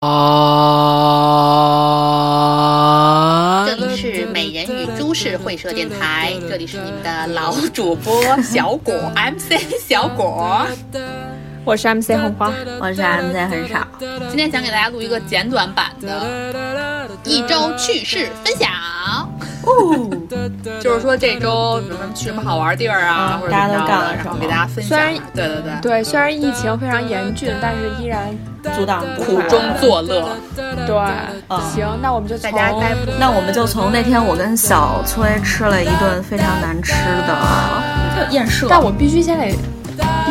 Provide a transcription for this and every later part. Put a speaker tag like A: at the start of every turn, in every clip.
A: 啊
B: 会社电台，这里是你们的老主播小果 MC 小果，
C: 我是 MC 红花，
A: 我是 MC 很少。
B: 今天想给大家录一个简短版的一周趣事分享，
A: 哦，
B: 就是说这周什么去什么好玩地儿啊，
A: 嗯
B: 或者
A: 大家都
B: 怎么着
A: 干
B: 的
A: 了
B: 然
A: 什
B: 后
A: 么
B: 给大家分
C: 虽
B: 享
C: 然
B: 啊。对对对，
C: 对，虽然疫情非常严峻，但是依然
A: 阻挡不
B: 苦
A: 了
B: 中作乐，
C: 对。行，那我们就
B: 在家
C: 从
B: 待不
A: 那我们就从那天我跟小崔吃了一顿非常难吃的就宴社，
C: 但我必须先得，第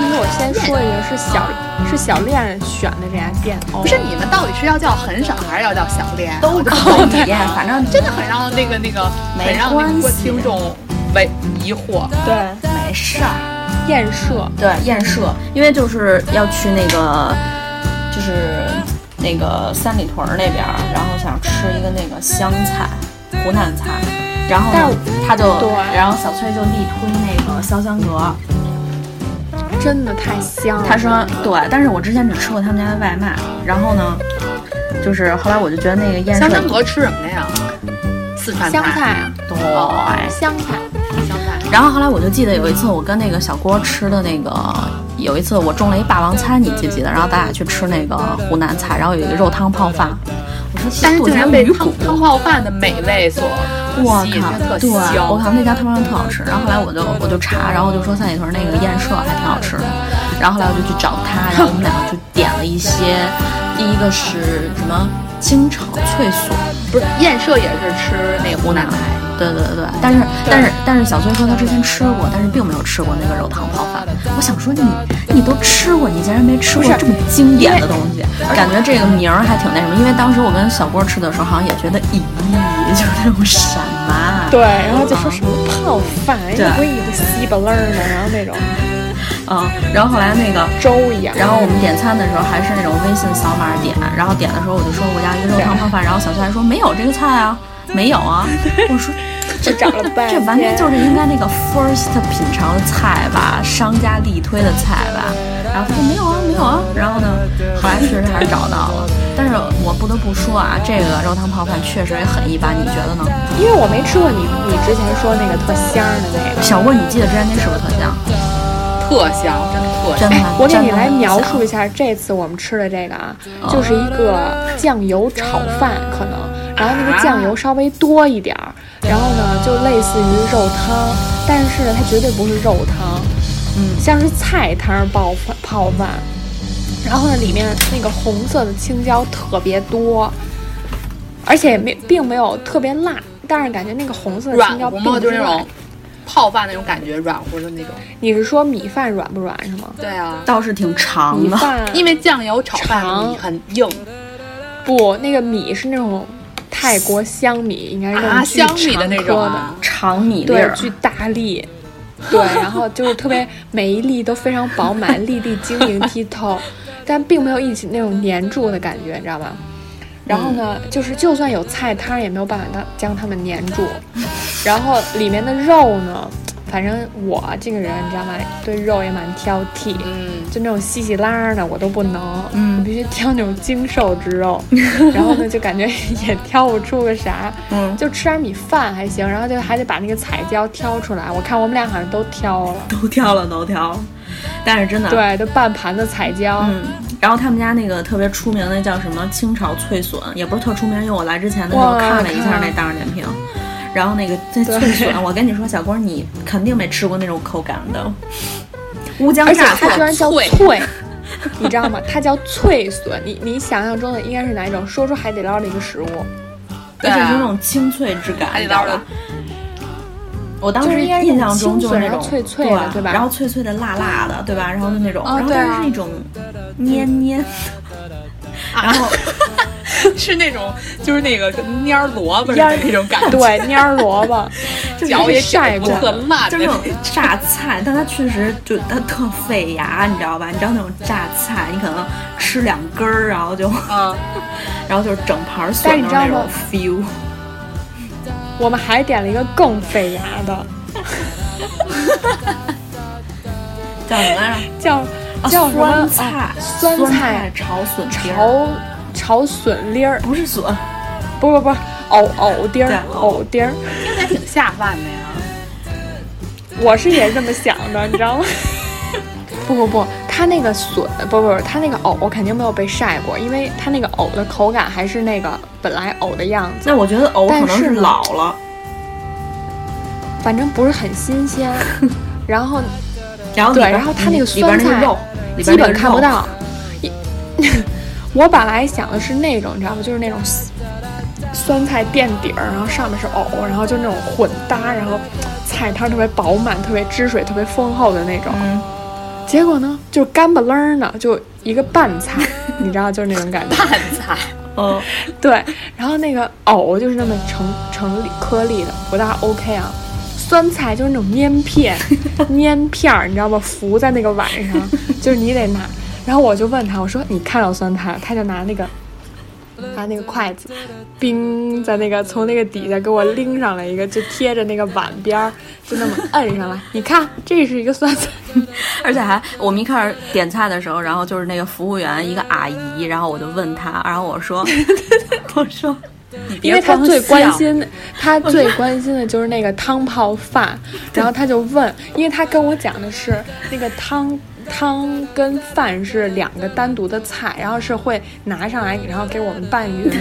C: 一我先说一个，是小是小恋选的这家店哦
B: 不，是你们到底是要叫很少还是要叫小恋？
A: 都可以，反正
B: 真的很让那个那个很
A: 没
B: 让那个
A: 关系
B: 听众为疑惑。
C: 对，
A: 没事儿。
C: 宴社，
A: 对，宴社，因为就是要去那个，就是那个三里屯儿那边儿，然后想吃一个那个湘菜，湖南菜。然后
C: 但
A: 呢，他就
C: 对，
A: 然后小崔就力推那个潇湘阁，
C: 真的太香了。
A: 他说对，但是我之前只吃过他们家的外卖。然后呢，就是后来我就觉得那个宴
B: 香
A: 社
B: 山阁吃什么的呀？四川
C: 香菜啊，
A: 对，
B: 哦
C: 香菜，
B: 香菜。
A: 然后后来我就记得有一次我跟那个小郭吃的那个，有一次我中了一霸王餐，你记不记得？然后咱俩去吃那个湖南菜，然后有一个肉汤泡饭，我说
B: 但是
A: 肚
B: 竟
A: 子
B: 然
A: 有
B: 被
A: 鱼
B: 汤
A: 骨，
B: 汤泡饭的美味所
A: 我
B: 吸引，特
A: 靠，对，
B: 香。
A: 我靠那家汤泡饭特好吃。然后后来我就我就查，然后我就说三里屯那个宴社还挺好吃的。然后后来我就去找他，然后我们两个就点了一些，第一个是什么清炒脆笋，
B: 不是宴社也是吃那个湖南菜，
A: 对对对，但是但是但是小崔说他之前吃过，但是并没有吃过那个肉汤泡饭。我想说你你都吃过，你竟然没吃过这么经典的东西，感觉这个名儿还挺那什么。因为当时我跟小郭吃的时候，好像也觉得咦，就是那种什么啊，
C: 对，然后就说什么泡饭，一
A: 对
C: 堆一个稀巴烂儿的，然后那种
A: 嗯，然后后来那个。
C: 粥一样。
A: 然后我们点餐的时候还是那种微信扫码点，然后点的时候我就说我要一个肉汤泡饭，然后小崔还说没有这个菜啊，没有啊，我说
C: 就找了半
A: 这
C: 天，
A: 完全就是应该那个 first 品尝的菜吧，商家力推的菜吧。然后他说没有啊，没有啊。然后呢，后来确实还是找到了。但是我不得不说啊，这个肉汤泡饭确实也很一般，你觉得呢？
C: 因为我没吃过你你之前说那个特香的那个。
A: 小郭，你记得之前那是不是特香？
B: 特香，真的特
A: 真
B: 香。
A: 的，
C: 哎我给你
A: 真的
C: 来
A: 嗯很
C: 描
A: 香
C: 述一下这次我们吃的这个啊，
B: 嗯
C: 就是一个酱油炒饭，可能，然后那个酱油稍微多一点儿，然后呢就类似于肉汤，但是呢它绝对不是肉汤，
A: 嗯
C: 像是菜汤泡饭泡饭，然后呢里面那个红色的青椒特别多，而且也没并没有特别辣，但是感觉那个红色的青椒
B: 软乎
C: 并
B: 吗？
C: 不
B: 就是是那
C: 辣
B: 种泡饭那种感觉，软乎的那种。
C: 你是说米饭软不软是吗？
B: 对啊，
A: 倒是挺长
C: 米
A: 的，
C: 饭
B: 因为酱油炒饭
C: 长
B: 米很硬
C: 不，那个米是那种泰国香米，应该是那
B: 啊，
C: 种
B: 香
C: 巨
B: 米的那种
C: 长颗
B: 啊。
A: 长米粒
C: 对
A: 儿，，
C: 巨大粒，对，然后就是特别每一粒都非常饱满，粒粒晶莹剔透，但并没有一起那种粘住的感觉，你知道吗？然后呢，
B: 嗯
C: 就是就算有菜汤，也没有办法它将它们粘住。然后里面的肉呢，反正我啊这个人你知道吗，对肉也蛮挑剔，
B: 嗯，
C: 就那种稀稀拉拉的我都不能，
A: 嗯
C: 我必须挑那种精瘦之 肉，然后呢就感觉 也挑不出个啥，
A: 嗯，
C: 就吃点米饭还行，然后就还得把那个彩椒挑出来，我看我们俩好像都挑了，
B: 嗯
A: 都挑了都挑了，但是真的，
C: 对，就半盘子彩椒，
A: 嗯，然后他们家那个特别出名的叫什么清炒脆笋，也不是特出名，因为我来之前的时候
C: 哇
A: 看了一下
C: 看
A: 那大众点评，然后那个这
C: 对
A: 脆 笋，我跟你说，小郭你肯定没吃过那种口感的，乌江
C: 而且
A: 榨
C: 它居
A: 菜，
C: 然叫
B: 脆
C: 脆，你知道吗？它叫脆笋，你你想象中的应该是哪一种？说出海底捞的一个食物，
B: 对
A: 而且是那
B: 啊，
A: 种清脆之感，
B: 海底
A: 你知道
B: 捞的
A: 吧。我当
C: 就
A: 时
C: 是应该是
A: 印象中
C: 清
A: 就是
C: 笋
A: 那
C: 然后
A: 种
C: 脆脆的对吧
A: 然后脆脆的、辣辣的，对吧？然后就那种，
B: 哦
A: 然后
B: 对啊
A: 但是是一种黏黏，然后
B: 是那种就是那个跟蔫儿萝卜似的
C: 蔫儿
B: 那种感觉，
C: 对，蔫儿 萝卜，
A: 就是
B: 嚼也嚼
C: 晒
B: 不
C: 过
B: 特烂
A: 就
B: 的那
A: 是那
B: 种
A: 种。榨菜，但它确实就它特费牙，你知道吧？你知道那种榨菜，你可能吃两根儿，然后就
B: 嗯，
A: 然后就是整盘
C: 但
A: 笋
C: 是你
A: 都
C: 知
A: 是
C: 道
A: 那种
C: 吗
A: feel。
C: 我们还点了一个更费牙的，
A: 叫什么来
C: 叫
A: 着？
C: 叫什
A: 啊
C: 么
A: 酸菜
C: 啊，酸
A: 菜
C: 菜
A: 炒笋丁儿，
C: 炒炒笋粒儿，
A: 不是笋，
C: 不不不，藕藕丁儿
A: 对，
C: 藕丁儿，
B: 听起来挺下饭的 呀。
C: 我是也这么想的，你知道吗？ 不不不，它那个笋，不不不，它那个藕肯定没有被晒过，因为它那个藕的口感还是那个本来藕的样子，
A: 那我觉得藕可能
C: 但是
A: 是
C: 呢
A: 老了，
C: 反正不是很新 鲜。然后
A: 然后
C: 对
A: 哦里边
C: 然后它那个
A: 里
C: 酸
A: 边那个
C: 菜
A: 肉，里边
C: 基
A: 那个
C: 本看不
A: 肉
C: 到。一 我本来想的是那种，你知道吗？就是那种酸酸菜垫底儿，然后上面是藕，然后就那种混搭，然后菜汤特别饱满，特别汁水特别丰厚的那种。
A: 嗯
C: 结果呢，就干巴楞儿呢，就一个拌菜，你知道，就是那种感觉。
B: 拌菜，
A: 嗯，
C: 对，然后那个藕就是那么成成粒颗粒的，不大 OK 啊。酸菜就是那种面片，面片儿，你知道吗？浮在那个碗上，就是你得拿。然后我就问他，我说你看到酸菜了？他就拿那个拿那个筷子，冰在那个从那个底下给我拎上来一个，就贴着那个碗边儿，就那么摁上来。你看，这是一个酸菜。
A: 而且还我们一开始点菜的时候，然后就是那个服务员一个阿姨，然后我就问她，然后 我说，我说你
C: 因
A: 别
C: 为他
A: 光
C: 最关
A: 笑
C: 心 的，他最关心的就是那个汤泡饭，然后他就问，因为他跟我讲的是那个汤汤跟饭是两个单独的菜，然后是会拿上来，然后给我们拌 匀，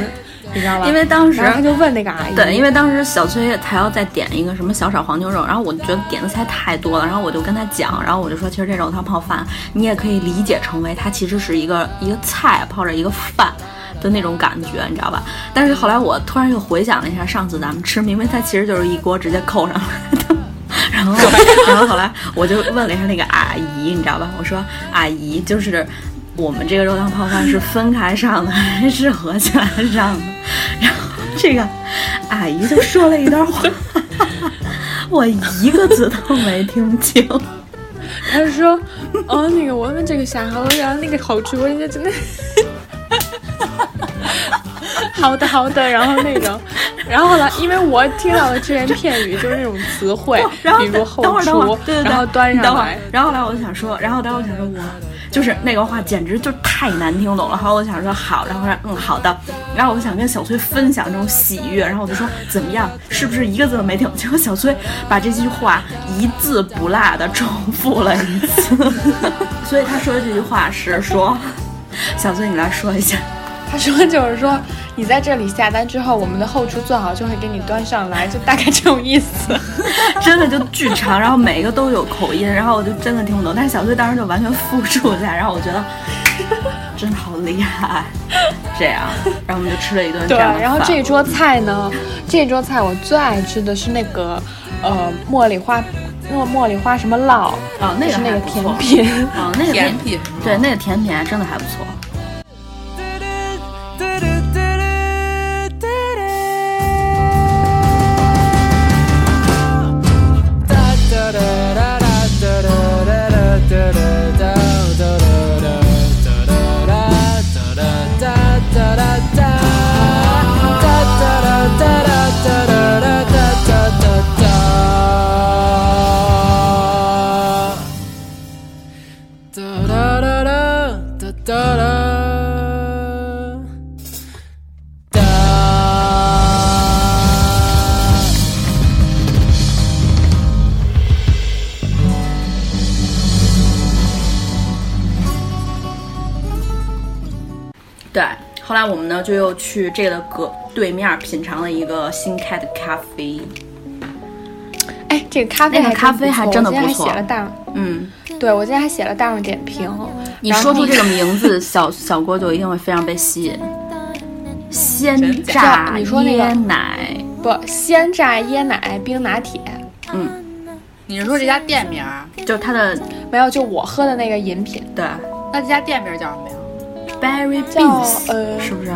C: 你知道吧？
A: 因为当时
C: 然后他就问那个阿姨，
A: 对，因为当时小崔还要再点一个什么小炒黄牛肉，然后我就觉得点的菜太多了，然后我就跟他讲，然后我就说，其实这肉汤泡饭，你也可以理解成为它其实是一个一个菜泡着一个饭。的那种感觉，你知道吧？但是后来我突然又回想了一下上次咱们吃，明明它其实就是一锅直接扣上来的。 然后，然后后来我就问了一下那个阿姨，你知道吧？我说阿姨，就是我们这个肉汤泡饭是分开上的还是合起来上的？然后这个阿姨就说了一段话， 我一个字都没听清。
C: 他就说，哦，那个我们这个下好，然后那个好吃，我人家真的。 好的，好的，然后那种，然后后来，因为我听到的只言片语就是那种词汇，
A: 然后
C: 哎比如后
A: 等会儿，等会
C: 厨
A: 儿，对对对，，
C: 然后端上
A: 等会儿
C: 来，，
A: 然后后来我就想说，然后当时我想说我就是那个话简直就太难听懂了。然后我想说好，然后我说嗯好的，然后我想跟小崔分享这种喜悦，然后我就说怎么样，是不是一个字都没听？ 结果小崔把这句话一字不落的重复了一次， 所以他说的这句话是说，小崔你来说一下。
C: 他说就是说，你在这里下单之后，我们的后厨做好就会给你端上来，就大概这种意思。
A: 真的就巨长，然后每一个都有口音，然后我就真的听不懂。但是小崔当时就完全复述一下，然后我觉得 真的好厉害，这样，然后我们就吃了一顿这
C: 对，
A: 样的饭。
C: 然后这桌菜呢，这桌菜我最爱吃的是那个，呃，茉莉花，那个茉莉花什么酪，
A: 哦，那
C: 就
A: 个
C: 是
A: 还
C: 那个
A: 不错
C: 甜，品。
A: 哦，那个
B: 甜品
A: 对，那个甜品还真的还不错。对，后来我们呢就又去这个隔对面品尝了一个新开的咖啡，
C: 哎，这个咖啡
A: 那个
C: 还
A: 咖啡还真的
C: 我今天
A: 不错
C: 还写了大量，
A: 嗯，
C: 对我今天还写了大量点评。
A: 你说出这个名字，小小郭就一定会非常被吸引。鲜
C: 真
A: 榨
C: 的你说那个
A: 椰奶，
C: 不鲜榨椰奶冰拿铁，
A: 嗯，
B: 你是说这家店名儿？
A: 就是它的
C: 没有就我喝的那个饮品
A: 对
B: 那这家店名儿叫什么呀？
A: berry
C: 叫
A: beans，、
C: 呃
A: 是不是？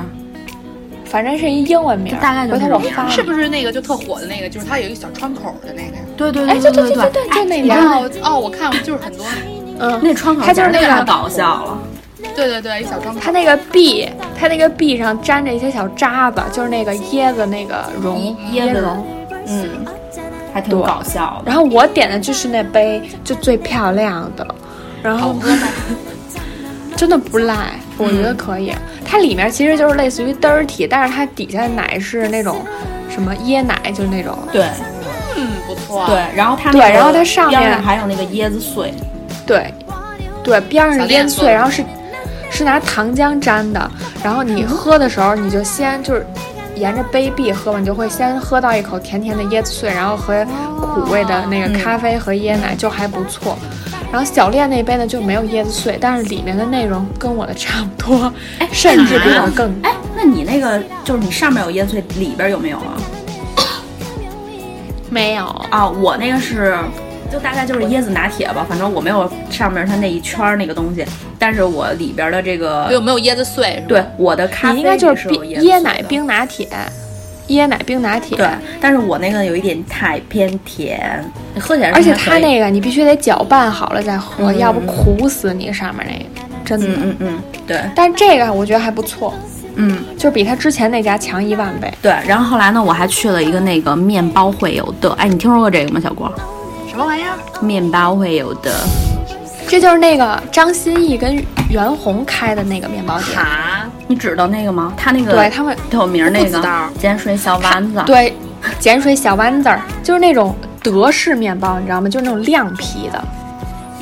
C: 反正是一英文名儿，
A: 就大概就
C: 回头
A: 这
C: 我
A: 种名儿
C: 发
B: 是不是那个就特火的那个？就是它有一个小窗口的那个呀。
A: 对对
C: 哎，
A: 对
C: 对
A: 对
C: 对对对，就那
A: 你看
C: 个，
B: 哦哦，我看就是很多，
C: 嗯，
A: 那窗口
C: 它就是那
A: 太
C: 个，
A: 搞笑了，
B: 对对对，一小窗口。
C: 它那个壁，它那个壁上粘着一些小渣子，就是那个椰子那个蓉，椰
A: 椰子
C: 蓉。
A: 嗯，还挺搞笑的。
C: 然后我点的就是那杯，就最漂亮的，然后真的不赖，我觉得可以。它里面其实就是类似于 dirty，但是它底下的奶是那种什么椰奶，就是那种
A: 对，
B: 嗯，不错。
A: 对，，然后它那
C: 对
A: 个
C: 然后它上面
A: 边还有那个椰子碎，
C: 对，对，边上
B: 小
C: 是
B: 店
C: 烟
B: 做
C: 碎，
B: 的
C: 然后是是拿糖浆粘的，然后你喝的时候你就先就是沿着杯壁喝嘛，你就会先喝到一口甜甜的椰子碎，然后和苦味的那个咖啡和椰奶就还不错。然后小练那杯呢就没有椰子碎，但是里面的内容跟我的差不多，甚至比我更
A: 哎，那你那个就是你上面有椰子碎，里边有没有啊？
C: 没有。
A: 啊，我那个是，就大概就是椰子拿铁吧，反正我没有上面它那一圈儿那个东西，但是我里边的这
B: 有
A: 个，
B: 没有椰子碎？是吧
A: 对，我的咖啡
C: 你应该就
A: 里
C: 是
A: 是
C: 冰
A: 有椰子碎
C: 椰
A: 的
C: 奶冰拿铁，椰奶冰拿铁。
A: 对，但是我那个有一点太偏甜，喝起来是
C: 而且
A: 还
C: 它
A: 可以
C: 那个你必须得搅拌好了再喝，
A: 嗯
C: 要不苦死你上面那个，真的。
A: 嗯嗯嗯，对，
C: 但这个我觉得还不错，
A: 嗯
C: 就是比他之前那家强一万倍。
A: 对。然后后来呢，我还去了一个那个面包会有的，哎，你听说过这个吗，小郭？
B: 什么玩意儿？
A: 面包会有的，
C: 这就是那个张歆艺跟袁弘开的那个面包店，
B: 哈，
A: 你知道那个吗？他那个
C: 对他们
A: 特有名儿那
B: 不知道
A: 个碱水小丸子，
C: 对，碱水小丸子儿就是那种德式面包，你知道吗？就是那种亮皮的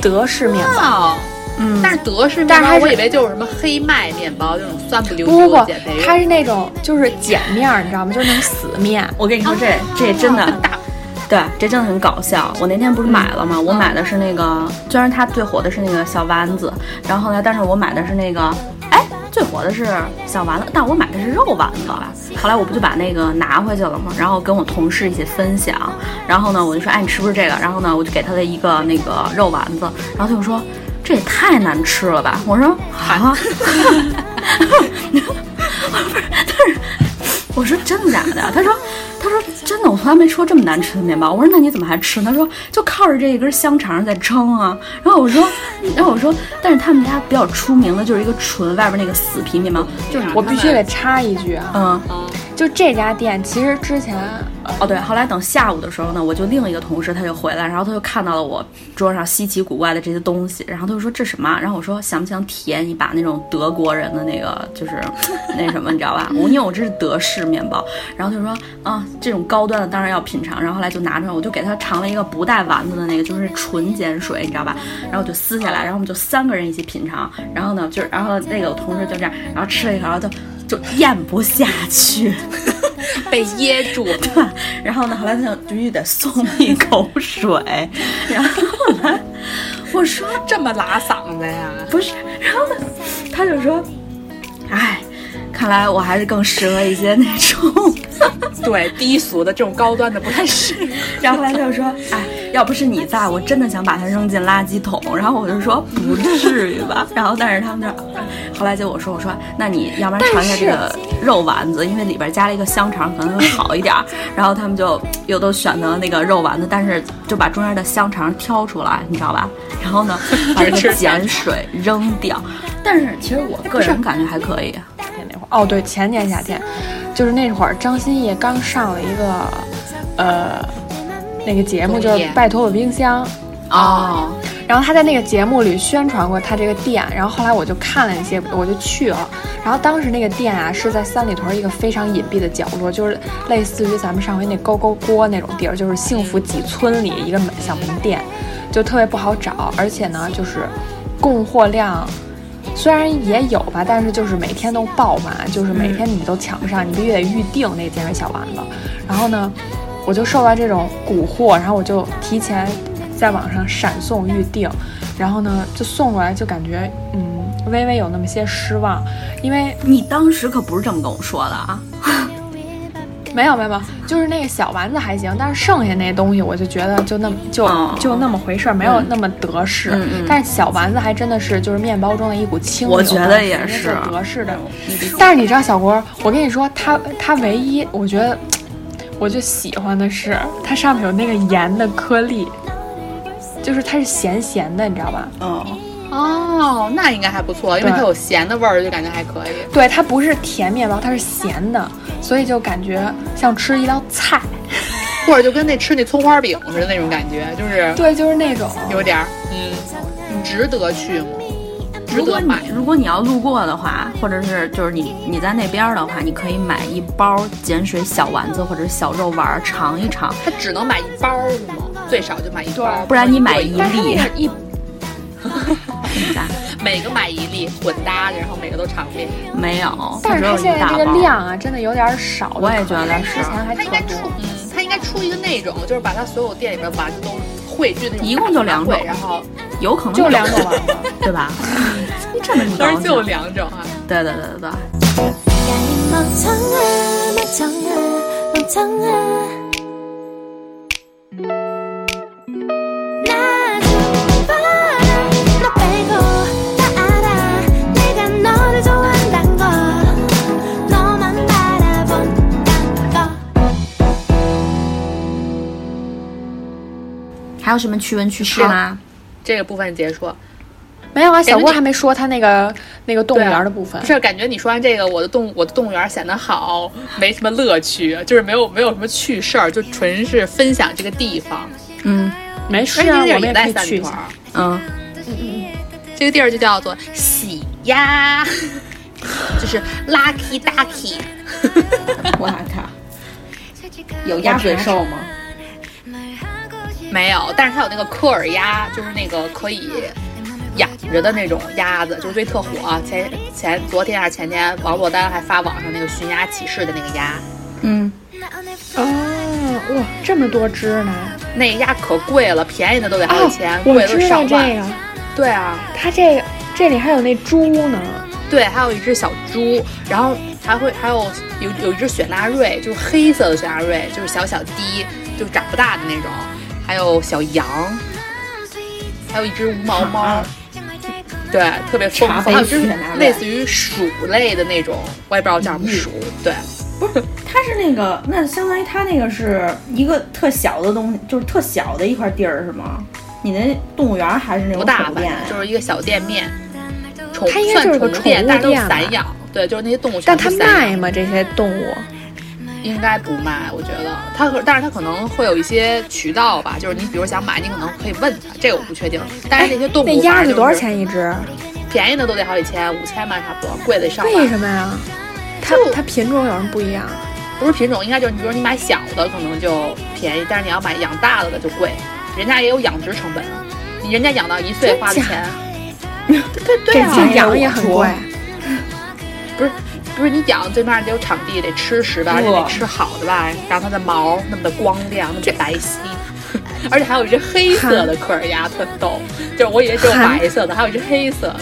C: 德式面包。
B: 哦，
A: 嗯，
B: 但是德式
C: 但
B: 面包，
C: 是它是
B: 我以为就是什么黑麦面包这种酸不溜
C: 不不
B: 秋
C: 不
B: 减肥，
C: 它
B: 用。
C: 是那种就是碱面儿，你知道吗？就是那种死面。
A: 我跟你说这这真的
B: 大
A: 对，这真的很搞笑。我那天不是买了吗？我买的是那个，虽然它最火的是那个小丸子，然后呢，但是我买的是那个，哎，最火的是小丸子，但我买的是肉丸子。后来我不就把那个拿回去了吗？然后跟我同事一起分享，然后呢，我就说，哎，你吃不吃这个？然后呢，我就给他的一个那个肉丸子，然后他就说，这也太难吃了吧？我说啊。 我说真的假的？他说，他说真的，我从来没吃过这么难吃的面包。我说那你怎么还吃？他说就靠着这一根香肠在撑啊。然后我说，然后我说，但是他们家比较出名的就是一个纯外边那个死皮面包，就是
C: 我必须得插一句啊，
A: 嗯
C: 就这家店其实之前
A: 哦对。后来等下午的时候呢，我就另一个同事他就回来，然后他就看到了我桌上稀奇古怪的这些东西，然后他就说这什么啊？然后我说想不想体验一把那种德国人的那个就是 那什么，你知道吧？我因为我这是德式面包，然后他就说啊，这种高端的当然要品尝。然后后来就拿出来，我就给他尝了一个不带丸子的那个，就是纯碱水，你知道吧？然后我就撕下来，然后我们就三个人一起品尝。然后呢，就是然后那个我同事就这样，然后吃了一口，然后就就咽不下去。
B: 被噎住，
A: 然后呢，后来他就必须得送一口水。然后后来我说
B: 这么拉嗓子呀？
A: 不是，然后呢，他就说，哎，看来我还是更适合一些那种。
B: 对，低俗的这种高端的不太适合。
A: 然后后来他就说：“哎，要不是你在，我真的想把它扔进垃圾桶。”然后我就说：“不至于吧？” 然后但是他们就，后来结果说：“我说那你要不然尝一下这个肉丸子，因为里边加了一个香肠，可能会好一点儿。” 然后他们就又都选择了那个肉丸子，但是就把中间的香肠挑出来，你知道吧？然后 呢，把这个碱水扔掉。但是其实我个人感觉还可以。
C: 夏天那会儿，哦对，前年夏天，就是那会儿张歆艺刚上了一个，呃，那个节目
B: 综艺
C: 就是《拜托我冰箱》，
A: 哦，
C: 然后她在那个节目里宣传过她这个店，然后后来我就看了一些，我就去了，然后当时那个店啊是在三里屯一个非常隐蔽的角落，就是类似于咱们上回那勾勾锅那种地儿，就是幸福几村里一个门小门店，就特别不好找，而且呢就是供货量。虽然也有吧，但是就是每天都爆满，就是每天你都抢不上，你必须得预定那煎饼小丸子。然后呢，我就受到这种蛊惑，然后我就提前在网上闪送预定，然后呢就送过来，就感觉嗯微微有那么些失望，因为
A: 你当时可不是这么跟我说的啊。
C: 没有没有没有，就是那个小丸子还行，但是剩下那东西我就觉得就那么就、
A: 哦
C: 就那么回事儿，没有那么德式。
A: 嗯嗯
C: 但是小丸子还真的是就是面包中的一股清流，
A: 我觉得也是
C: 人
A: 啊
C: 家就德式的。但是你知道小郭，我跟你说，它它唯一我觉得我就喜欢的是它上面有那个盐的颗粒，就是它是咸咸的，你知道吧？
A: 哦，
B: 哦，那应该还不错，因为
C: 对
B: 它有咸的味儿，就感觉还可以。
C: 对，它不是甜面包，它是咸的，所以就感觉像吃一道菜。
B: 或者就跟那吃那葱花饼似的那种感觉，就是
C: 对，就是那种。
B: 嗯有点儿，嗯，你值得去吗？值
A: 如
B: 得
A: 果你
B: 买。
A: 如果你要路过的话，或者是就是你你在那边儿的话，你可以买一包碱水小丸子或者小肉丸儿尝一尝，
B: 它只能买一包儿吗？最少就买一包儿，
A: 不然你买一
C: 但是
A: 粒
C: 那，个 一
A: 你
B: 嗯
A: 咋
B: 每个买一粒混搭，然后每个都尝遍。
A: 没
B: 哦
A: 有？
C: 但是
A: 它
C: 它
A: 只有
C: 现
A: 一
C: 在
A: 大
C: 这个
A: 包。
C: 量啊，真的有点少了。
A: 我也觉得
C: 之
A: 是
C: 前还
B: 它应该
C: 特
B: 出
C: 多。，
B: 嗯，它应该出一个那种，就是把它所有店里边丸子都汇聚那种
A: 一共就两种
B: 大杂烩然后
A: 有可能
C: 就
A: 有
C: 两种丸子，
A: 对吧？这么
B: 当
A: 高
B: 然就
A: 兴？
B: 两种啊。
A: 对对对对对。
D: 멍청아 멍청아 멍청아 나 좀 봐라 너 빼고 다 알아 내가 너를 좋아한단 거 너만 바라본단 거
A: 还有什么驱蚊祛湿吗？
B: 这个部分结束，
C: 没有啊，小郭还没说他那个那个动物
B: 对啊
C: 园的部分
B: 不。是感觉你说完这个，我的动我的动物园显得好没什么乐趣，就是没有没有什么趣事儿，就纯是分享这个地方。
A: 嗯
C: 没
B: 而
C: 事
B: 且
C: 啊，
B: 这哎地
C: 我
B: 儿
C: 们也
B: 也
C: 可
B: 在
C: 以
B: 三
C: 去一
B: 里
C: 下
B: 屯。儿，
A: 嗯，
B: 这个地儿就叫做喜鸭，就是 lucky ducky。
A: 我看，
E: 有鸭嘴兽吗？
B: 没有，但是它有那个科尔鸭，就是那个可以养着的那种鸭子，就是最特火、啊前前昨天还是前天，王珞丹还发网上那个寻鸭启事的那个鸭，
A: 嗯，
C: 哦，哇，这么多只呢！
B: 那鸭可贵了，便宜的都得好
C: 哦
B: 几千，，
C: 我
B: 贵的都
C: 知
B: 上
C: 道这
B: 万。
C: 个，
B: 对啊，
C: 它这个这里还有那猪呢。
B: 对，还有一只小猪，然后还会还有有有一只雪纳瑞，就是黑色的雪纳瑞，就是小小滴，就是长不大的那种，还有小羊，还有一只无毛猫，
C: 啊
B: 对，特别丰
E: 茶
B: 富，
E: 杯
B: 还有就是
E: 雪纳瑞
B: 类似于鼠类的那种，我也不知道叫什么鼠，
C: 嗯
B: 对，
E: 它是那个，那相当于它那个是一个特小的东西，就是特小的一块地儿是吗？你那动物园还是那
B: 不
E: 种
B: 大，
E: 宠物
B: 反正
E: 店呀？
B: 就是一个小店面，宠
C: 它应该
B: 算
C: 就是个
B: 宠物店，
C: 宠物
B: 但是都是
C: 店吧
B: 散养，对，就是那些动物全
C: 但
B: 部
C: 它
B: 散养
C: 卖吗？这些动物？
B: 应该不卖，我觉得他可，但是他可能会有一些渠道吧，就是你比如想买，你可能可以问他，这个我不确定。但哎是那些动物、
C: 哎那鸭子多少？钱一只？
B: 便宜的都得好几千，五千吧差不多，贵的上万。
C: 为什么呀？它
B: 就
C: 它品种有什么不一样？
B: 不是品种，应该就是你比如你买小的可能就便宜，但是你要买养大了的就贵，人家也有养殖成本，啊你人家养到一岁
C: 真
B: 花的
C: 假
B: 钱。对对对
C: 这
B: 啊，
C: 这养也很
E: 我说
C: 贵。
B: 不是不是你养最起码得有场地，得吃食吧，而且得吃好的吧，然后它的毛那么的光亮，那么的白皙， 而且还有一只黑色的科尔鸭，特逗，就是我以为只有
C: 韩
B: 白色的，还有一只黑色的。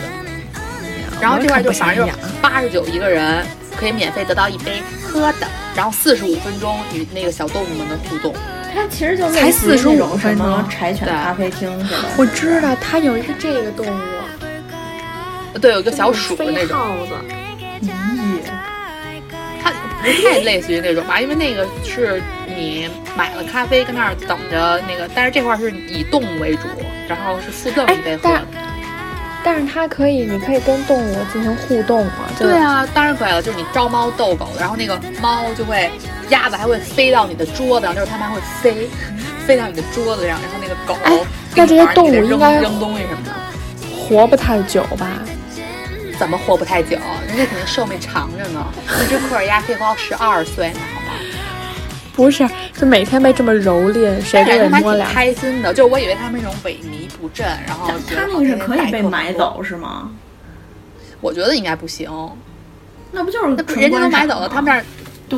B: 然后这块就反正就是八十九一个人可以免费得到一杯喝的，然后四十五分钟与那个小动物们的互动。
E: 它其实就类似于那种什么柴犬
B: 对
E: 咖啡厅似的。
C: 我知道它有一个这个动物，
B: 对，有一个小鼠的那
C: 飞
B: 种，
C: 耗子。
B: 它不太类似于那种吧，因为那个是你买了咖啡跟那儿等着那个，但是这块儿是以动物为主，然后是附
C: 哎
B: 赠一杯喝的。
C: 但是它可以，你可以跟动物进行互动嘛？就是
B: 对，啊，当然可以了，就是你招猫逗狗，然后那个猫就会，鸭子还会飞到你的桌子上，就是它们还会飞，飞到你的桌子上，然后那个狗
C: 哎
B: 给
C: 那
B: 你
C: 这些
B: 玩儿
C: 动
B: 你得
C: 物应
B: 扔
C: 该
B: 扔东西什么的，
C: 活不太久吧？
B: 怎么活不太久？人家肯定寿命长着呢，一只科尔鸭可以活到十二岁呢，好吗？
C: 不是，就每天被这么蹂躏，谁
B: 但
C: 都
B: 是他们
C: 得
B: 还
C: 摸
B: 挺
C: 两下。
B: 开心的，就是我以为他们那种萎靡不振，然后觉得
E: 它那
B: 好
E: 个是
B: 天天
E: 可以被
B: 宰客
E: 买走是吗？
B: 我觉得应该不行，
E: 那不就是
B: 那不人家都买走了，他们这
E: 这
B: 儿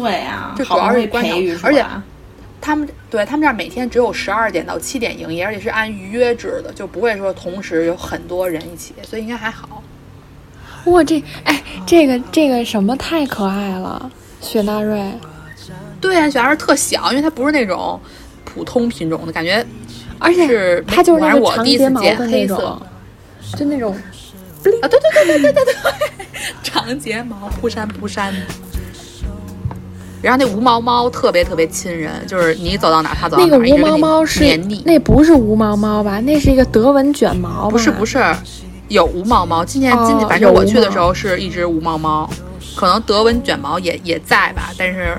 E: 对啊，
B: 这主
E: 好
B: 要
E: 不容
B: 是
E: 易
B: 观赏
E: 培育出
B: 而且
E: 来
B: 他们对他们这儿每天只有十二点到七点营业，而且是按预约制的，就不会说同时有很多人一起，所以应该还好。
C: 哇，这哎，这个这个什么太可爱了，雪纳瑞。
B: 对啊，小孩儿特小，因为它不是那种普通品种的感觉，
C: 而且
B: 是
C: 它就是那
B: 反正
C: 个
B: 我
C: 长
B: 第一
C: 睫
B: 次
C: 毛
B: 见
C: 的那
B: 黑色
C: 种，就那种
B: 啊，对对对对对对对对， 长睫毛扑扇扑扇的。然后那无毛猫特别特别亲人，就是你走到哪儿它走到
C: 那
B: 哪
C: 个
B: 儿，一
C: 无
B: 直跟
C: 毛
B: 你
C: 猫是
B: 黏腻。
C: 那不是无毛猫吧？那是一个德文卷毛吧？
B: 不是不
C: 是，
B: 是，有无毛猫。今年今
C: 哦
B: 年反正我去
C: 有无
B: 的
C: 毛
B: 时候是一只无毛猫，可能德文卷毛也也在吧，但是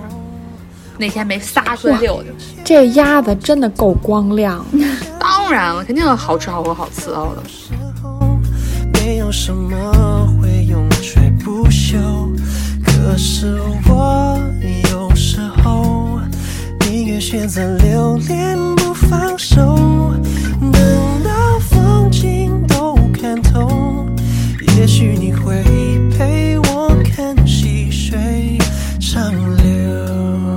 B: 那天没撒出来溜溜。
C: 这鸭子真的够 光亮的。
B: 当然了，肯定好吃好喝好伺候的。
D: 내
F: 没有什么会永垂不朽，可是我有时候宁愿选择留恋不放手，等到风景都看透，也许你会陪我看细水长流。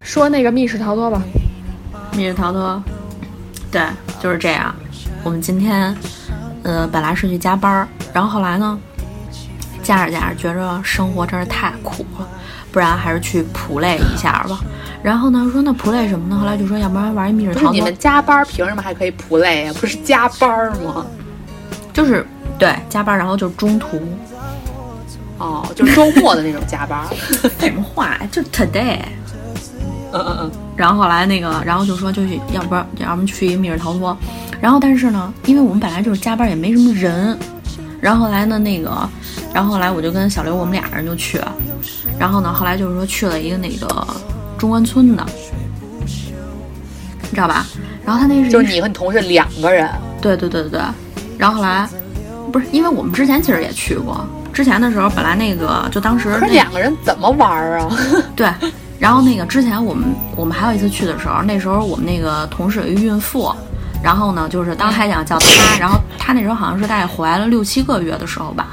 C: 说那个密室逃脱吧，
A: 密室逃脱，对，就是这样。我们今天，呃，本来是去加班儿，然后后来呢，加着加着觉着生活真是太苦了，不然还是去普累一下吧。然后呢，说那普累什么呢？后来就说要不然玩一密室
B: 不是
A: 逃
B: 你
A: 脱
B: 们，加班凭什么还可以不累呀？不是加班吗？
A: 就是对加班，然后就中途
B: 哦，就是周末的那种加班。
A: 什么话，就 today。
B: 嗯嗯嗯。
A: 然后后来那个，然后就说就去，要不然要么去一密室逃脱。然后但是呢，因为我们本来就是加班，也没什么人。然后后来呢，那个，然后后来我就跟小刘我们俩人就去。然后呢，后来就是说去了一个那个中关村的，你知道吧？然后他那是一
B: 就是你和你同事两个人，
A: 对对对对对。然后后来不是因为我们之前其实也去过，之前的时候本来那个就当时
B: 可
A: 那
B: 是两个人怎么玩儿啊？
A: 对，然后那个之前我们我们还有一次去的时候，那时候我们那个同事有一孕妇，然后呢就是当时还想叫她，然后她那时候好像是大概怀了六七个月的时候吧，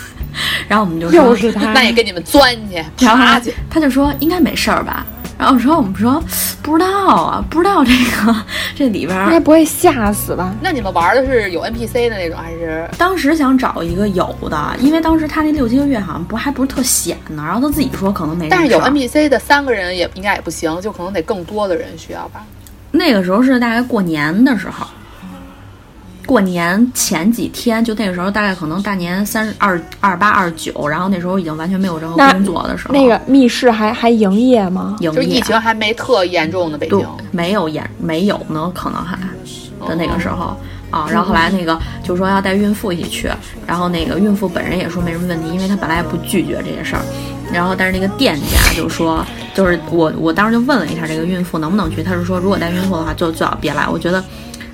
A: 然后我们就说
C: 又是他
B: 那，也跟你们钻去
A: 然后
B: 爬
A: 他
B: 去。
A: 他就说应该没事儿吧，然后我说我们说不知道啊，不知道这个这里边
C: 应
A: 儿
C: 该。不会吓死吧？
B: 那你们玩的是有 NPC 的那种还是？
A: 当时想找一个有的，因为当时她那六七个月好像不还不是特显呢，然后她自己说可能没什
B: 但
A: 么
B: 是有啊
A: 事儿
B: NPC 的三个人也应该也不行，就可能得更多的人需要吧。
A: 那个时候是大概过年的时候，过年前几天，就那个时候大概可能大年三十二、二八、二九，然后那时候已经完全没有任何
C: 那
A: 工作
B: 哦
A: 的时候，
C: 那个密室还还营业吗？
A: 营
B: 就是疫
A: 业
B: 情还没特严重的北
A: 对
B: 京，
A: 没有演没有呢，可能还的那个时候。啊，然后后来那个就说要带孕妇一起去，然后那个孕妇本人也说没什么问题，因为她本来也不拒绝这些事儿。然后但是那个店家就说，就是我我当时就问了一下这个孕妇能不能去，她是说如果带孕妇的话就最好别来，我觉得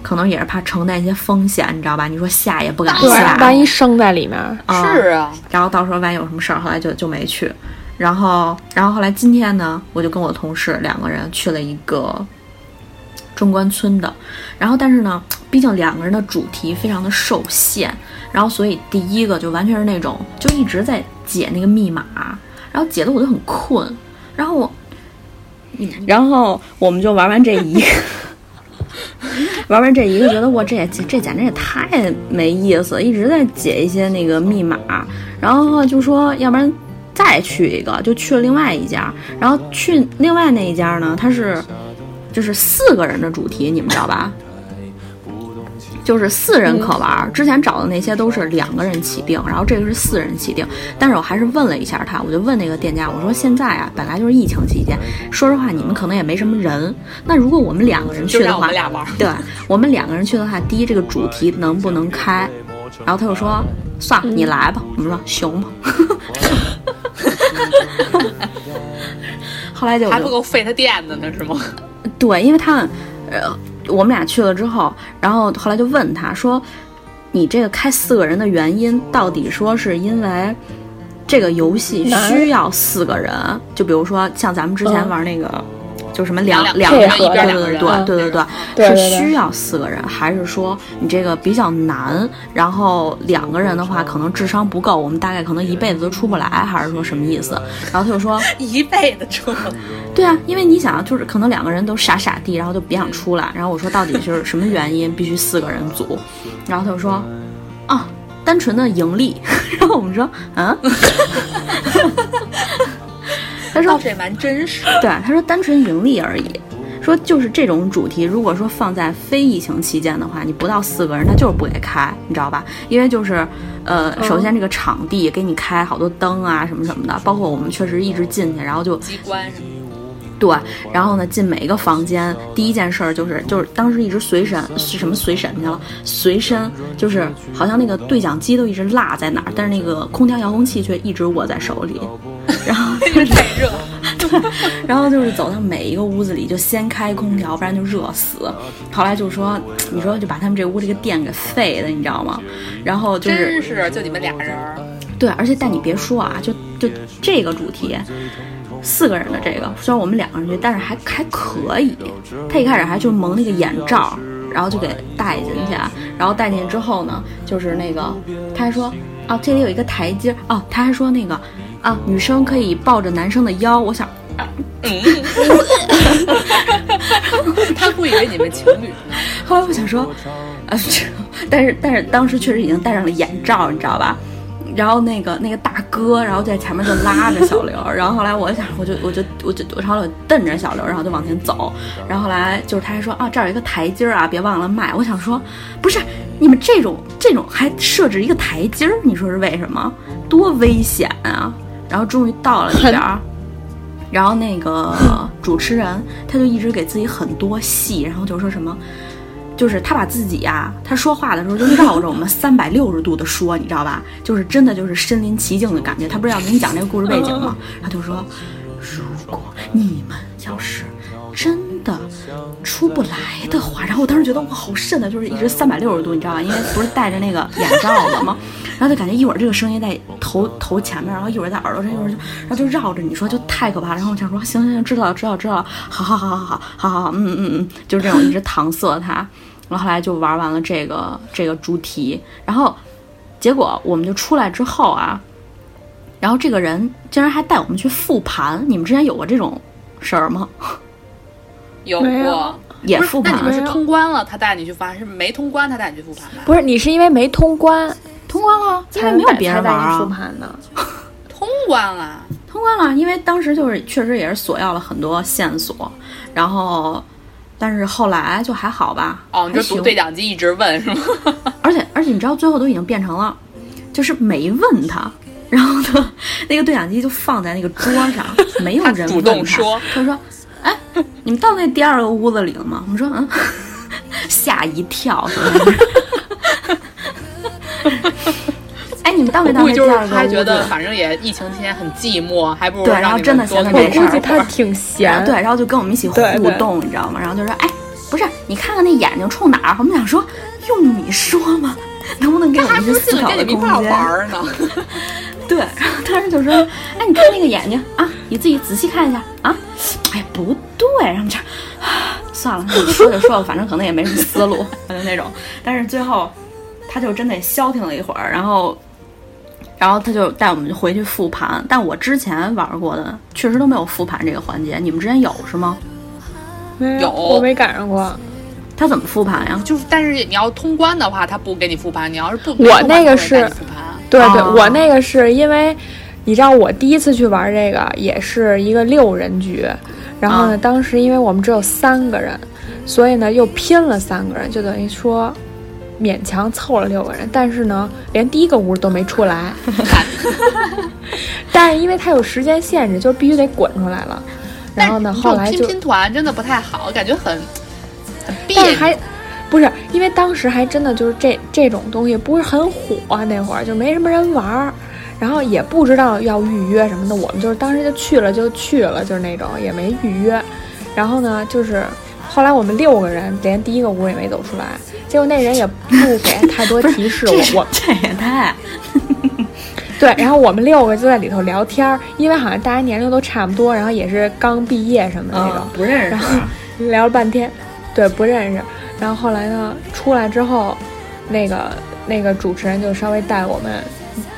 A: 可能也是怕承担一些风险，你知道吧？你说下也不敢
C: 对，
A: 下，
C: 万一生在里面儿，
A: 啊
B: 是啊，
A: 然后到时候万一有什么事儿，后来就就没去。然后，然后后来今天呢，我就跟我同事两个人去了一个中关村的。然后，但是嗯呢，毕竟两个人的主题非常的受限，然后所以第一个就完全是那种就一直在解那个密码，然后解的我就很困。然后我，然后我们就玩完这一个。玩完这一个，觉得哇，这也这简直也太没意思，一直在解一些那个密码，然后就说要不然再去一个，就去了另外一家，然后去另外那一家呢，它是就是四个人的主题，你们知道吧？就是四
B: 嗯
A: 人可玩儿，之前找的那些都是两个人起订，然后这个是四人起订。但是我还是问了一下他，我就问那个店家，我说现在啊，本来就是疫情期间，说实话你们可能也没什么人，那如果我们两个人去
B: 就
A: 的
B: 让我
A: 话
B: 们，俩玩儿。
A: 对我们两个人去的话，第一这个主题能不能开？然后他就说算了，你来吧。我们说行吧。 后来就
B: 还不够费他电的呢，是 吗？
A: 对，因为他们呃，我们俩去了之后，然后后来就问他说，你这个开四个人的原因到底说是因为？这个游戏需要四个人，就比如说像咱们之前
C: 嗯
A: 玩那个，就什么两
B: 两
A: 两
C: 个
A: 人，
C: 人
A: 对
C: 一边
B: 两个
A: 对对
B: 人
A: 对
B: 嗯
A: 对对对，
C: 对对
A: 是
C: 对
A: 需要四个人，还是说你这个比较难？然后两个人的话，可能智商不够，我们大概可能一辈子都出不来，还是说什么意思？然后他就说，
B: 一辈子出，
A: 对啊，因为你想，就是可能两个人都傻傻地，然后就别想出来。然后我说到底是什么原因，必须四个人组。然后他就说，啊，单纯的盈利。 然后我们说， 嗯， 他说
B: 倒是也哦蛮真实。
A: 对，他说单纯盈利而已。说就是这种主题，如果说放在非疫情期间的话，你不到四个人，他就是不给开，你知道吧？因为就是，呃，首先这个场地给你开好多灯啊什么什么的，包括我们确实一直进去，然后就
B: 机关什么
A: 对，然后呢，进每一个房间，第一件事儿就是就是当时一直随身是什么随身去了，随身就是好像那个对讲机都一直落 在哪儿，但是那个空调遥控器却一直握在手里，然后
B: 的，太热，
A: 然后就是走到每一个屋子里，就先开空调，不然就热死。后来就说，你说就把他们这屋这个电给废的，你知道吗？然后就
B: 真
A: 是
B: 是就你们俩人儿，
A: 对，而且但你别说啊，就就这个主题，四个人的这个，虽然我们两个人去，但是还还可以。他一开始还就蒙那个眼罩，然后就给带进去，啊然后带进去之后呢，就是那个他还说，哦，这里有一个台阶，哦，他还说那个，啊，女生可以抱着男生的腰，我想。
B: 他不以为你们情侣呢，
A: 后来我想说，啊，这但是但是当时确实已经戴上了眼罩，你知道吧？然后那个那个大哥，然后在前面就拉着小刘，然后后来我想，我就我就我就我然后我瞪着小刘，然后就往前走，然后后来就是他还说啊，这儿有一个台阶儿啊，别忘了迈。我想说，不是你们这种这种还设置一个台阶儿，你说是为什么？多危险啊！然后终于到了里边儿。然后那个主持人他就一直给自己很多戏，然后就说什么，就是他把自己呀、他说话的时候就绕着我们三百六十度的说，你知道吧？就是真的就是身临其境的感觉。他不是要给你讲这个故事背景吗？他就说，如果你们要是真的出不来的话，然后我当时觉得我好瘆的，就是一直三百六十度，你知道吧？因为不是戴着那个眼罩了吗？然后就感觉一会儿这个声音在头头前面，然后一会儿在耳朵上，一会儿就，然后就绕着你说，就太可怕了。然后我想说，行行行，知道了知道了知道了，好好好好好好好好，嗯嗯嗯，就是这种一直搪塞他。然后后来就玩完了这个这个猪蹄，然后结果我们就出来之后啊，然后这个人竟然还带我们去复盘，你们之前有过这种事儿吗？
B: 有
C: 没有
B: 过。
A: 也
B: 不是
A: 复
B: 那
A: 盘
B: 你们
A: 了，
B: 是
C: 没有
B: 通关了，他带你去复盘；是没通关，他带你去复盘吧？
C: 不是你是因为没通关
A: 通关了，因为
C: 才
A: 没有
C: 带
A: 别
C: 才
A: 人
C: 带
A: 玩
C: 你复
A: 啊，
C: 盘呢？
B: 通关了，
A: 通关了，因为当时就是确实也是索要了很多线索，然后但是后来就还好吧，
B: 哦，你
A: 还
B: 就
A: 行
B: 读对讲机一直问是吗？
A: 而且而且你知道最后都已经变成了，就是没问他，然后呢，那个对讲机就放在那个桌 上，没有人问
B: 主动说，
A: 他说，哎，你们到那第二个屋子里了吗？我们说嗯， 吓一跳，什么的 哎，你们到没
B: 我
A: 到
B: 估
A: 那
B: 计
A: 第
B: 就是
A: 二个
B: 他
A: 屋
B: 觉
A: 子
B: 得？反正也疫情期间很寂寞，还不如
A: 对然
B: 让
A: 后
B: 你
A: 真的
B: 们多
A: 闲着
B: 跟
A: 没
C: 我
B: 我
A: 事
B: 玩
C: 估
A: 儿
C: 计
B: 会
C: 他
B: 儿
C: 挺
A: 然
C: 闲
A: 啊后，对，然后就跟我们一起互
C: 对对
A: 动，你知道吗？然后就说，哎，不是，你看看那眼睛冲哪儿？我们想说，用你说吗？能不能给我
B: 还
A: 们一
B: 不
A: 些
B: 是
A: 思
B: 进
A: 考
B: 来跟
A: 的
B: 你们
A: 空
B: 一块儿
A: 间？
B: 玩儿呢？
A: 对， 然后当时就说，哎，你看那个眼睛啊，你自己仔细看一下啊。哎呀，不对，然后我们这样啊算了，那你说就说吧，反正可能也没什么思路， 反正那种。但是最后，他就真的消停了一会儿，然后，然后他就带我们回去复盘。但我之前玩过的确实都没有复盘这个环节，你们之前有是吗？
C: 没
B: 有
C: 嗯我没赶上过。
A: 他怎么复盘呀？
B: 就是，但是你要通关的话，他不给你复盘；你要是不，
C: 我那个是
B: 没通关他不会带你复盘。
C: 对对，
A: 哦
C: 我那个是因为，你知道我第一次去玩这个也是一个六人局，然后
A: 啊
C: 呢，当时因为我们只有三个人，所以呢又拼了三个人，就等于说勉强凑了六个人，但是呢连第一个屋都没出 来，但是因为它有时间限制，就是必须得滚出来了，然后呢
B: 但是这
C: 后
B: 种
C: 来就
B: 拼拼团真的不太好，感觉很很别
C: 但
B: 扭
C: 是。还不是因为当时还真的就是这这种东西不是很火、啊那会儿就没什么人玩儿，然后也不知道要预约什么的，我们就是当时就去了就去了，就是那种也没预约。然后呢，就是后来我们六个人连第一个屋也没走出来，结果那人也不 给太多提示
A: 这是
C: 我，我
A: 这也太……
C: 对，然后我们六个就在里头聊天儿，因为好像大家年龄都差不多，然后也是刚毕业什么的那种。
A: 嗯，不认识
C: 然。后 聊了半天，对，不认识。然后后来呢，出来之后，那个那个主持人就稍微带我们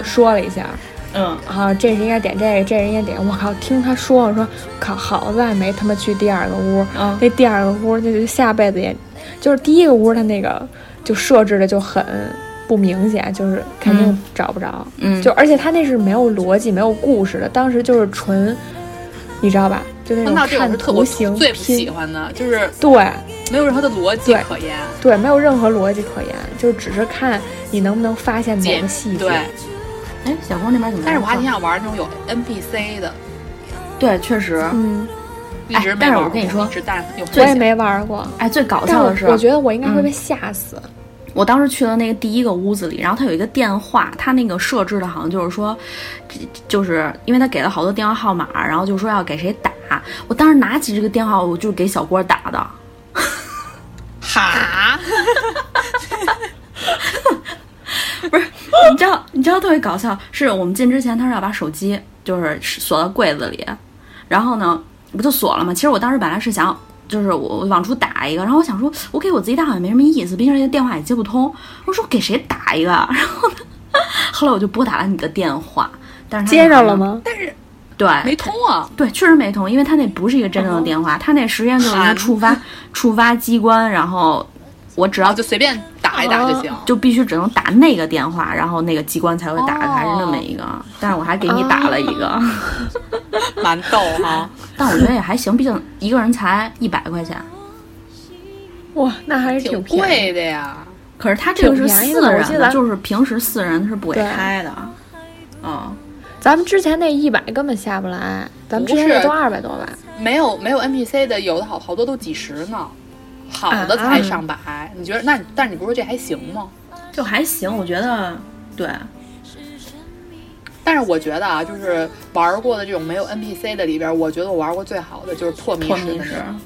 C: 说了一下，
E: 嗯，
C: 啊，这是应该点这个，这是应该点。我靠，听他说，我说靠，好在没他妈去第二个屋，
E: 嗯
C: 那第二个屋那就下辈子也，就是第一个屋他那个就设置的就很不明显，就是肯定找不着。
A: 嗯
C: 就而且他那是没有逻辑、没有故事的，当时就是纯，你知道吧？就那种
B: 哦那这种
C: 看
B: 是特
C: 图
B: 我
C: 形
B: 最不喜
C: 拼，
B: 欢的，就是
C: 对
B: 没有任何的逻辑
C: 对
B: 可言。
C: 对，没有任何逻辑可言，就只是看你能不能发现某
B: 解
C: 个细节。
B: 对，
A: 哎，小郭那边怎么样？
B: 但是我还挺想玩那种有 NPC 的，
A: 对，确实。
C: 嗯，
B: 一直没
A: 但是
B: 玩
A: 我跟你
B: 过
A: 说
B: 一直但有
C: 我也没玩过。
A: 哎，最搞
C: 但
A: 笑的
C: 我
A: 是，
C: 我觉得我应该会被吓死。
A: 我当时去了那个第一个屋子里，然后他有一个电话，他那个设置的好像就是说，这就是因为他给了好多电话号码，然后就说要给谁打，我当时拿起这个电话，我就是给小郭打的。
B: 哈，
A: 你知道，你知道特别搞笑，是我们进之前，他说要把手机就是锁到柜子里，然后呢，不就锁了吗？其实我当时本来是想，就是我我往出打一个，然后我想说，我给我自己打好像没什么意思，毕竟这个电话也接不通。我说我给谁打一个？啊 然后呢，后来我就拨打了你的电话，但是他
C: 接着了？吗？
A: 对，
B: 没通啊！
A: 对，确实没通，因为他那不是一个真
C: 哦
A: 正的电话，他那实际上就是一个触发触发机关，然后我只
B: 然
A: 要
B: 哦后就随便打一打就行。
C: 哦
A: 就必须只能打那个电话，然后那个机关才会打开，
C: 哦
A: 是那么一个。但是我还给你打了一 个，
C: 啊
B: 蛮逗哈。
A: 但我觉得也还行，毕竟一个人才一百块钱。
C: 哇，那还是
B: 挺
C: 挺便
B: 贵
C: 宜。
B: 的呀。
A: 可是他这个是
C: 挺
A: 四
C: 便宜的我
A: 人
C: 记得
A: 就是平时四人是不给
C: 对
A: 开的。嗯，
C: 咱们之前那一百根本下不来，咱们之前
B: 不是
C: 那都二百多吧？
B: 没有没有 NPC 的，有的好好多都几十呢，好的
C: 啊
B: 才上百。你觉得那？但是你不是说这还行吗？
A: 就还行，我觉得对。
B: 但是我觉得啊，就是玩过的这种没有 NPC 的里边，我觉得我玩过最好的就是破迷
A: 破
B: 式
A: 迷
B: 的
A: 式
B: 那种。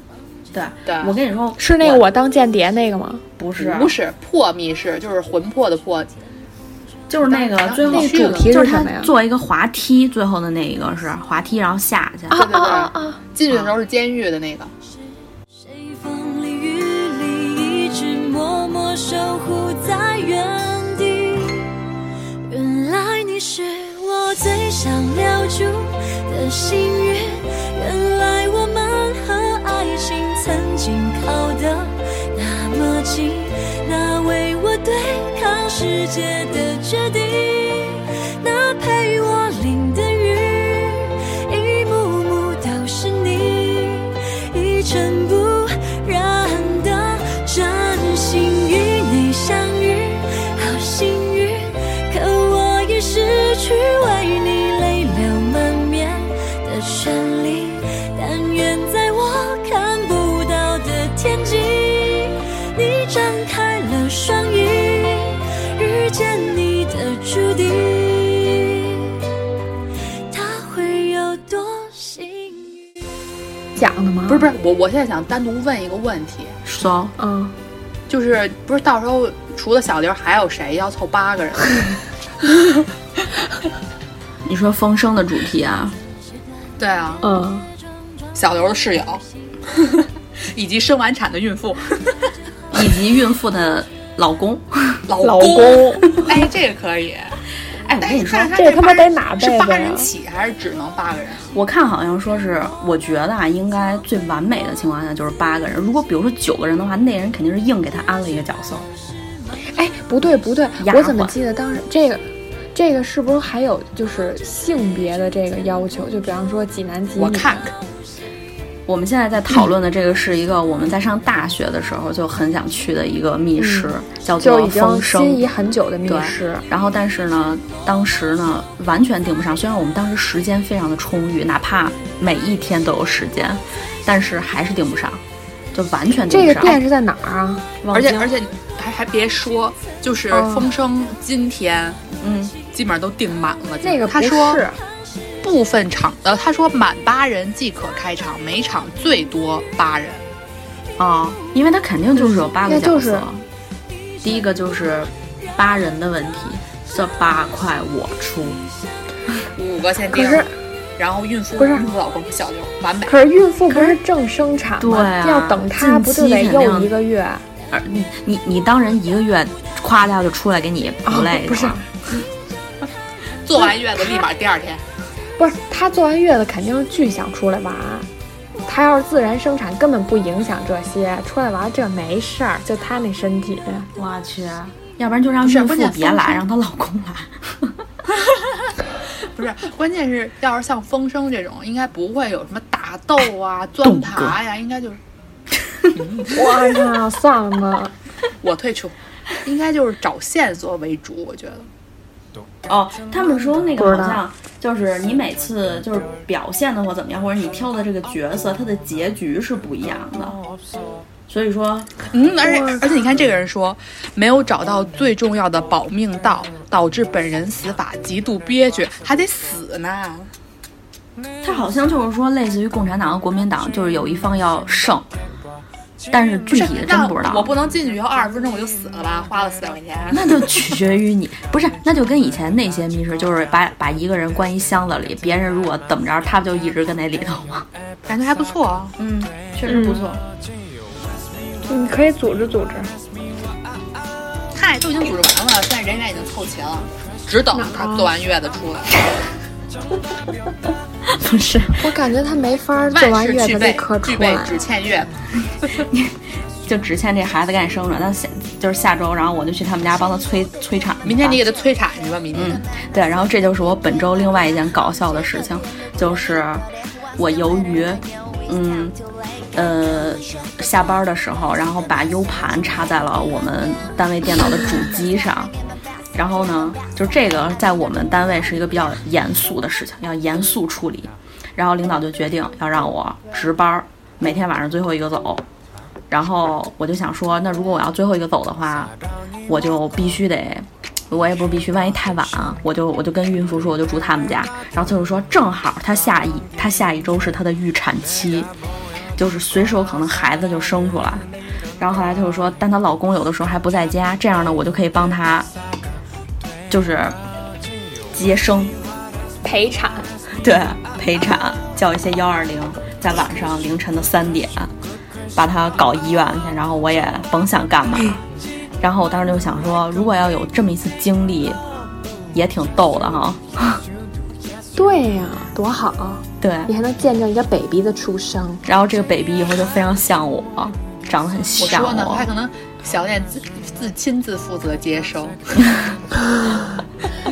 A: 对，
B: 对，
A: 我跟你说
C: 是那个我当间谍那个吗？
A: 不是
C: 啊
B: 不是破密室，就是魂魄的破。
A: 就是那个最后
B: 那
C: 主题
A: 就是是
C: 什
A: 他
C: 么呀？
A: 做一个滑梯，最后的那一个是滑梯，然后下去。
B: 对对对，
C: 啊啊！
B: 进去的时候是监狱的那个。
D: 谁风里雨里一直默默守护在原地？原来你是我最想留住的幸运。原来我们和爱情曾经靠得那么近，那为我对抗世界的决定，那陪我淋的雨，一幕幕都是你。一尘不染的真心与你相遇，好幸运。可我已失去为你泪流满面的权利。但愿在我看不到的天际，你张开了双翼，遇见你的注定，他会有多幸运？
C: 讲的吗？
B: 不是不是，我我现在想单独问一个问题，
A: So，
C: 嗯，
B: 就是不是到时候除了小刘还有谁要凑八个人？啊
A: 你说风声的主题啊，
B: 对啊，
C: 嗯，
B: 小刘的室友， 以及生完产的孕妇。
A: 以及孕妇的老公。
B: 老
C: 老
B: 公，哎，这个可以。
A: 哎，我跟你说
B: 但，是
C: 这他妈
B: 八人
C: 得啊哪辈子
B: 是
C: 呀
B: 八人起还是只能八个人？
A: 我看好像说是，我觉得啊，应该最完美的情况下就是八个人。如果比如说九个人的话，那人肯定是硬给他安了一个角色。
C: 哎，不对不对，
A: 丫
C: 我怎么
A: 鬟
C: 记得当时这个，这个是不是还有就是性别的这个要求？就比方说几男几女？
B: 我看看，
A: 我们现在在讨论的这个是一个我们在上大学的时候就很想去的一个密室，叫
C: 嗯就
A: 做
C: 已
A: 风
C: 经
A: 声
C: 心。仪很久的密
A: 对
C: 室，
A: 然后但是呢，当时呢完全订不上。虽然我们当时时间非常的充裕，哪怕每一天都有时间，但是还是订不上，就完全订
C: 这
A: 不
C: 个
A: 上。
C: 店是在哪儿啊？
B: 而且
A: 望京
B: 而且还还别说，就是
C: 哦
B: 风声今天
A: 嗯，
B: 基本上都订满了。
C: 那个
B: 他
C: 不
B: 说
C: 是，
B: 部分场呃，他说满八人即可开场，每场最多八人。
A: 哦，因为他肯定就是有八个
C: 那
A: 角色，
C: 啊就是
A: 第一个就是八人的问题，这八块我出，
B: 五个限
C: 嗯可
B: 定，
C: 是
B: 然后孕妇、
C: 不是
B: 孕妇老公、小刘，完美。
C: 可是孕妇不是正生产
A: 对
C: 吗？
A: 啊
C: 要等她不就得
A: 近期肯定
C: 又一个月？
A: 而你你你当人一个月，夸他就出来给你补累、
C: 哦不是
A: 吧
B: 坐完月子立马第二天，
C: 不是，她坐完月子肯定是巨想出来玩儿。她要是自然生产，根本不影响这些，出来玩儿这没事儿，就她那身体。
A: 我去，要不然就让
B: 是
A: 孕妇
B: 关键
A: 别
B: 风
A: 来，
B: 声
A: 让她老公来。
B: 不是，关键是要是像风声这种，应该不会有什么打斗啊、钻爬呀，应该就是
C: 我靠，算了吧，
B: 我退出，应该就是找线索为主，我觉得。
A: 哦，他们说那
C: 不
A: 个
C: 知
A: 好
C: 道
A: 像就是你每次就是表现的或怎么样，或者你挑的这个角色，它的结局是不一样的。所以说，
B: 嗯，而且而且你看这个人说，没有找到最重要的保命道，导致本人死法，极度憋屈，还得死呢。
A: 它好像就是说类似于共产党和国民党，就是有一方要胜，但是具体的真
B: 那
A: 不知道。
B: 我不能进去以后二十分钟我就死了吧？花了四百块钱。
A: 那就取决于你，不是？那就跟以前那些密室，就是把把一个人关一箱子里，别人如果怎么着，他不就一直跟那里头吗？
B: 感觉还不错啊。
E: 嗯，确实不错。
C: 你可以组织组织。
B: 嗨，都已经组织完了，现在人家已经凑齐了，只等他做完月子出来。
A: 不是，
C: 我感觉他没法儿做
B: 万
C: 完
B: 事
C: 月
B: 俱
C: 子立
B: 备
C: 刻，
B: 具
C: 出
B: 备
C: 来。
B: 只欠月。
A: 就只欠这孩子赶紧生出来。但下就是下周，然后我就去他们家帮他催催产。
B: 明天你给他催产去吧，明天。
A: 嗯，对，然后这就是我本周另外一件搞笑的事情，就是 我由于，嗯，呃，下班的时候，然后把 U 盘插在了我们单位电脑的主机上，然后呢，就这个在我们单位是一个比较严肃的事情，要严肃处理，然后领导就决定要让我值班儿，每天晚上最后一个走。然后我就想说，那如果我要最后一个走的话，我就必须得我也不是必须，万一太晚，啊我就我就跟孕妇说，我就住他们家。然后他就说，正好她下一她下一周是她的预产期，就是随时有可能孩子就生出来。然后后来就是说，但她老公有的时候还不在家，这样呢，我就可以帮她，就是接生，
C: 陪产，
A: 对，陪产，叫一些幺二零，在晚上凌晨的三点，把她搞医院去，然后我也甭想干嘛。
B: 嗯
A: 然后我当时就想说，如果要有这么一次经历，也挺逗的哈。
C: 对呀、多好啊！
A: 对，
B: 嗯
C: 你还能见证一个 baby 的出 生。
A: 然后这个 baby 以后就非常像我，长得很
B: 我
A: 像
B: 说呢，他可能小点自自亲自负责接收，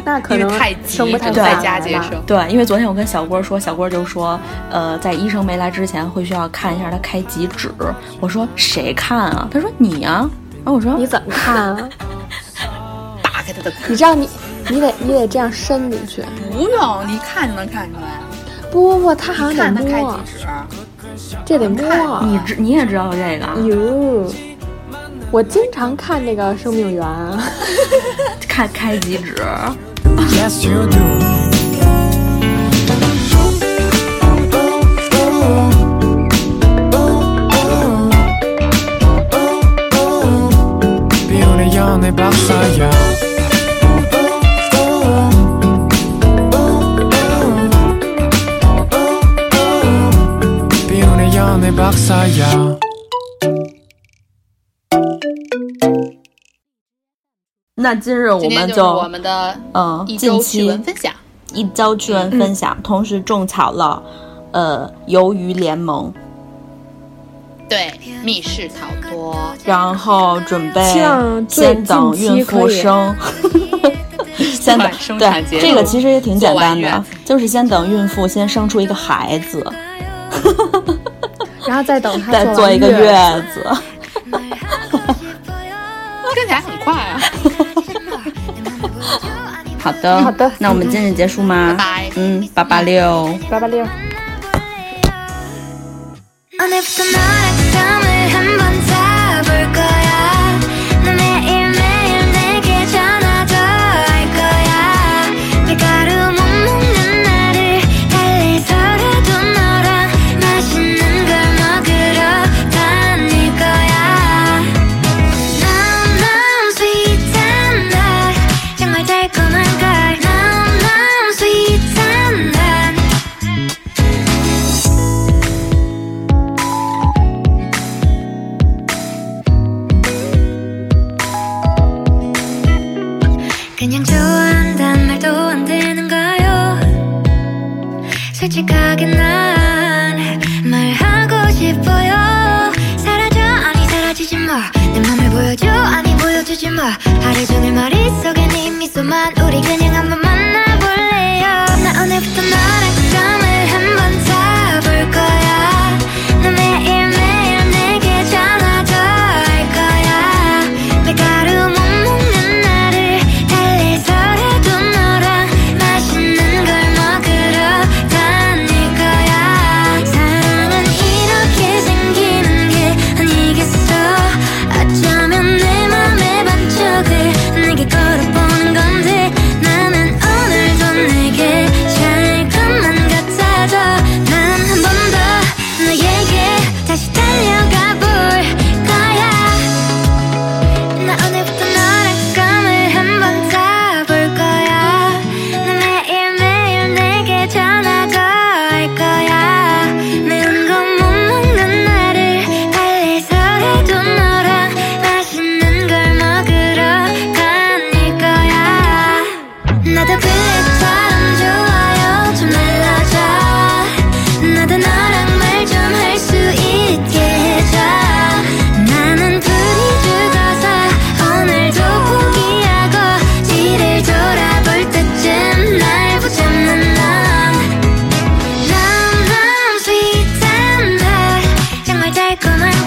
C: 那可
B: 因为
C: 能
B: 太急，
C: 生不太
B: 就
A: 对
B: 在
C: 下
B: 家
C: 来
B: 接
C: 吧
B: 收。
A: 对，因为昨天我跟小郭说，小郭就说，呃，在医生没来之前会需要看一下他开几指。我说谁看啊？他说你啊。然后我说
C: 你怎么看 啊？
B: 打开他的，
C: 你知道你，你得你得这样伸进去。
B: 不用，你一看就能看出来。
C: 不不不，他好
B: 你
C: 像
B: 看
C: 得
B: 他开
C: 摸，
B: 几指，
C: 这得摸。
A: 你知你也知道这个啊，
C: 哟，我经常看那个《生命源》，
A: 看开几指。
F: Yes, you do. 비오는 연애 박사야. 비오는 연애 박사야.
A: 那今日我
B: 今天
A: 们
B: 就是我们的
A: 嗯，
B: 一
A: 近
B: 周趣
A: 期
B: 闻分享。
A: 一周趣闻分享，同时种草了呃鱿鱼联盟，
B: 对，密室逃脱，
A: 然后准备
C: 希望最
A: 先等
C: 近期
A: 孕妇
C: 可以
A: 生，先 等
B: 生产
A: 对
B: 节
A: 这个
B: 奏
A: 其实也挺简
B: 做
A: 单
B: 完
A: 的
B: 愿，
A: 就是先等孕妇先生出一个孩子，
C: 然后再等他
A: 再
C: 做
A: 做
C: 完
A: 一个
C: 月
A: 月子。
B: 听起来很快啊。
A: 好的，
C: 好的
A: 那我们今日结束吗？
B: 拜拜
A: 嗯，八八六。
C: 八八六。
D: 오늘부터 너랑 잠을 한번 자볼 거야 너 매일매일 내게 전화도 할 거야 밀가루 못 먹는 나를 달래서라도 너랑 맛있는 걸 먹으러 다닐 거야 너무 너무 sweet한 날 정말 달콤한 걸 너무 너무 sweet한 날 그냥 좋아한단 말도 안 되는 가요 솔직하게 난 말하고 싶어요 사라져 아니 사라지지 마내 맘을 보여줘 아니 보여주지 마 하루 종일 머릿속에 네 미소만 우리 그냥 한번 만나볼래요 나 오늘부터 너랑 잠을 한번 자볼 거야 너 매일매일 내게 전화도 할 거야 밀가루 못 먹는 나를 달래서라도 너랑 맛있는 걸 먹으러 다닐 거야 사랑은 이렇게 생기는 게 아니겠어 어쩌면 내 맘의 반쪽을 내게 걸어보는 건데 나는 나도 그의 참 좋아요 좀 날라줘 나도 너랑 말 좀 할 수 있게 해줘 나는 불이 죽어서 오늘도 포기하고 뒤를 돌아볼 때쯤 날 붙잡는 넌 Numb, numb, sweet tender 정말 달콤한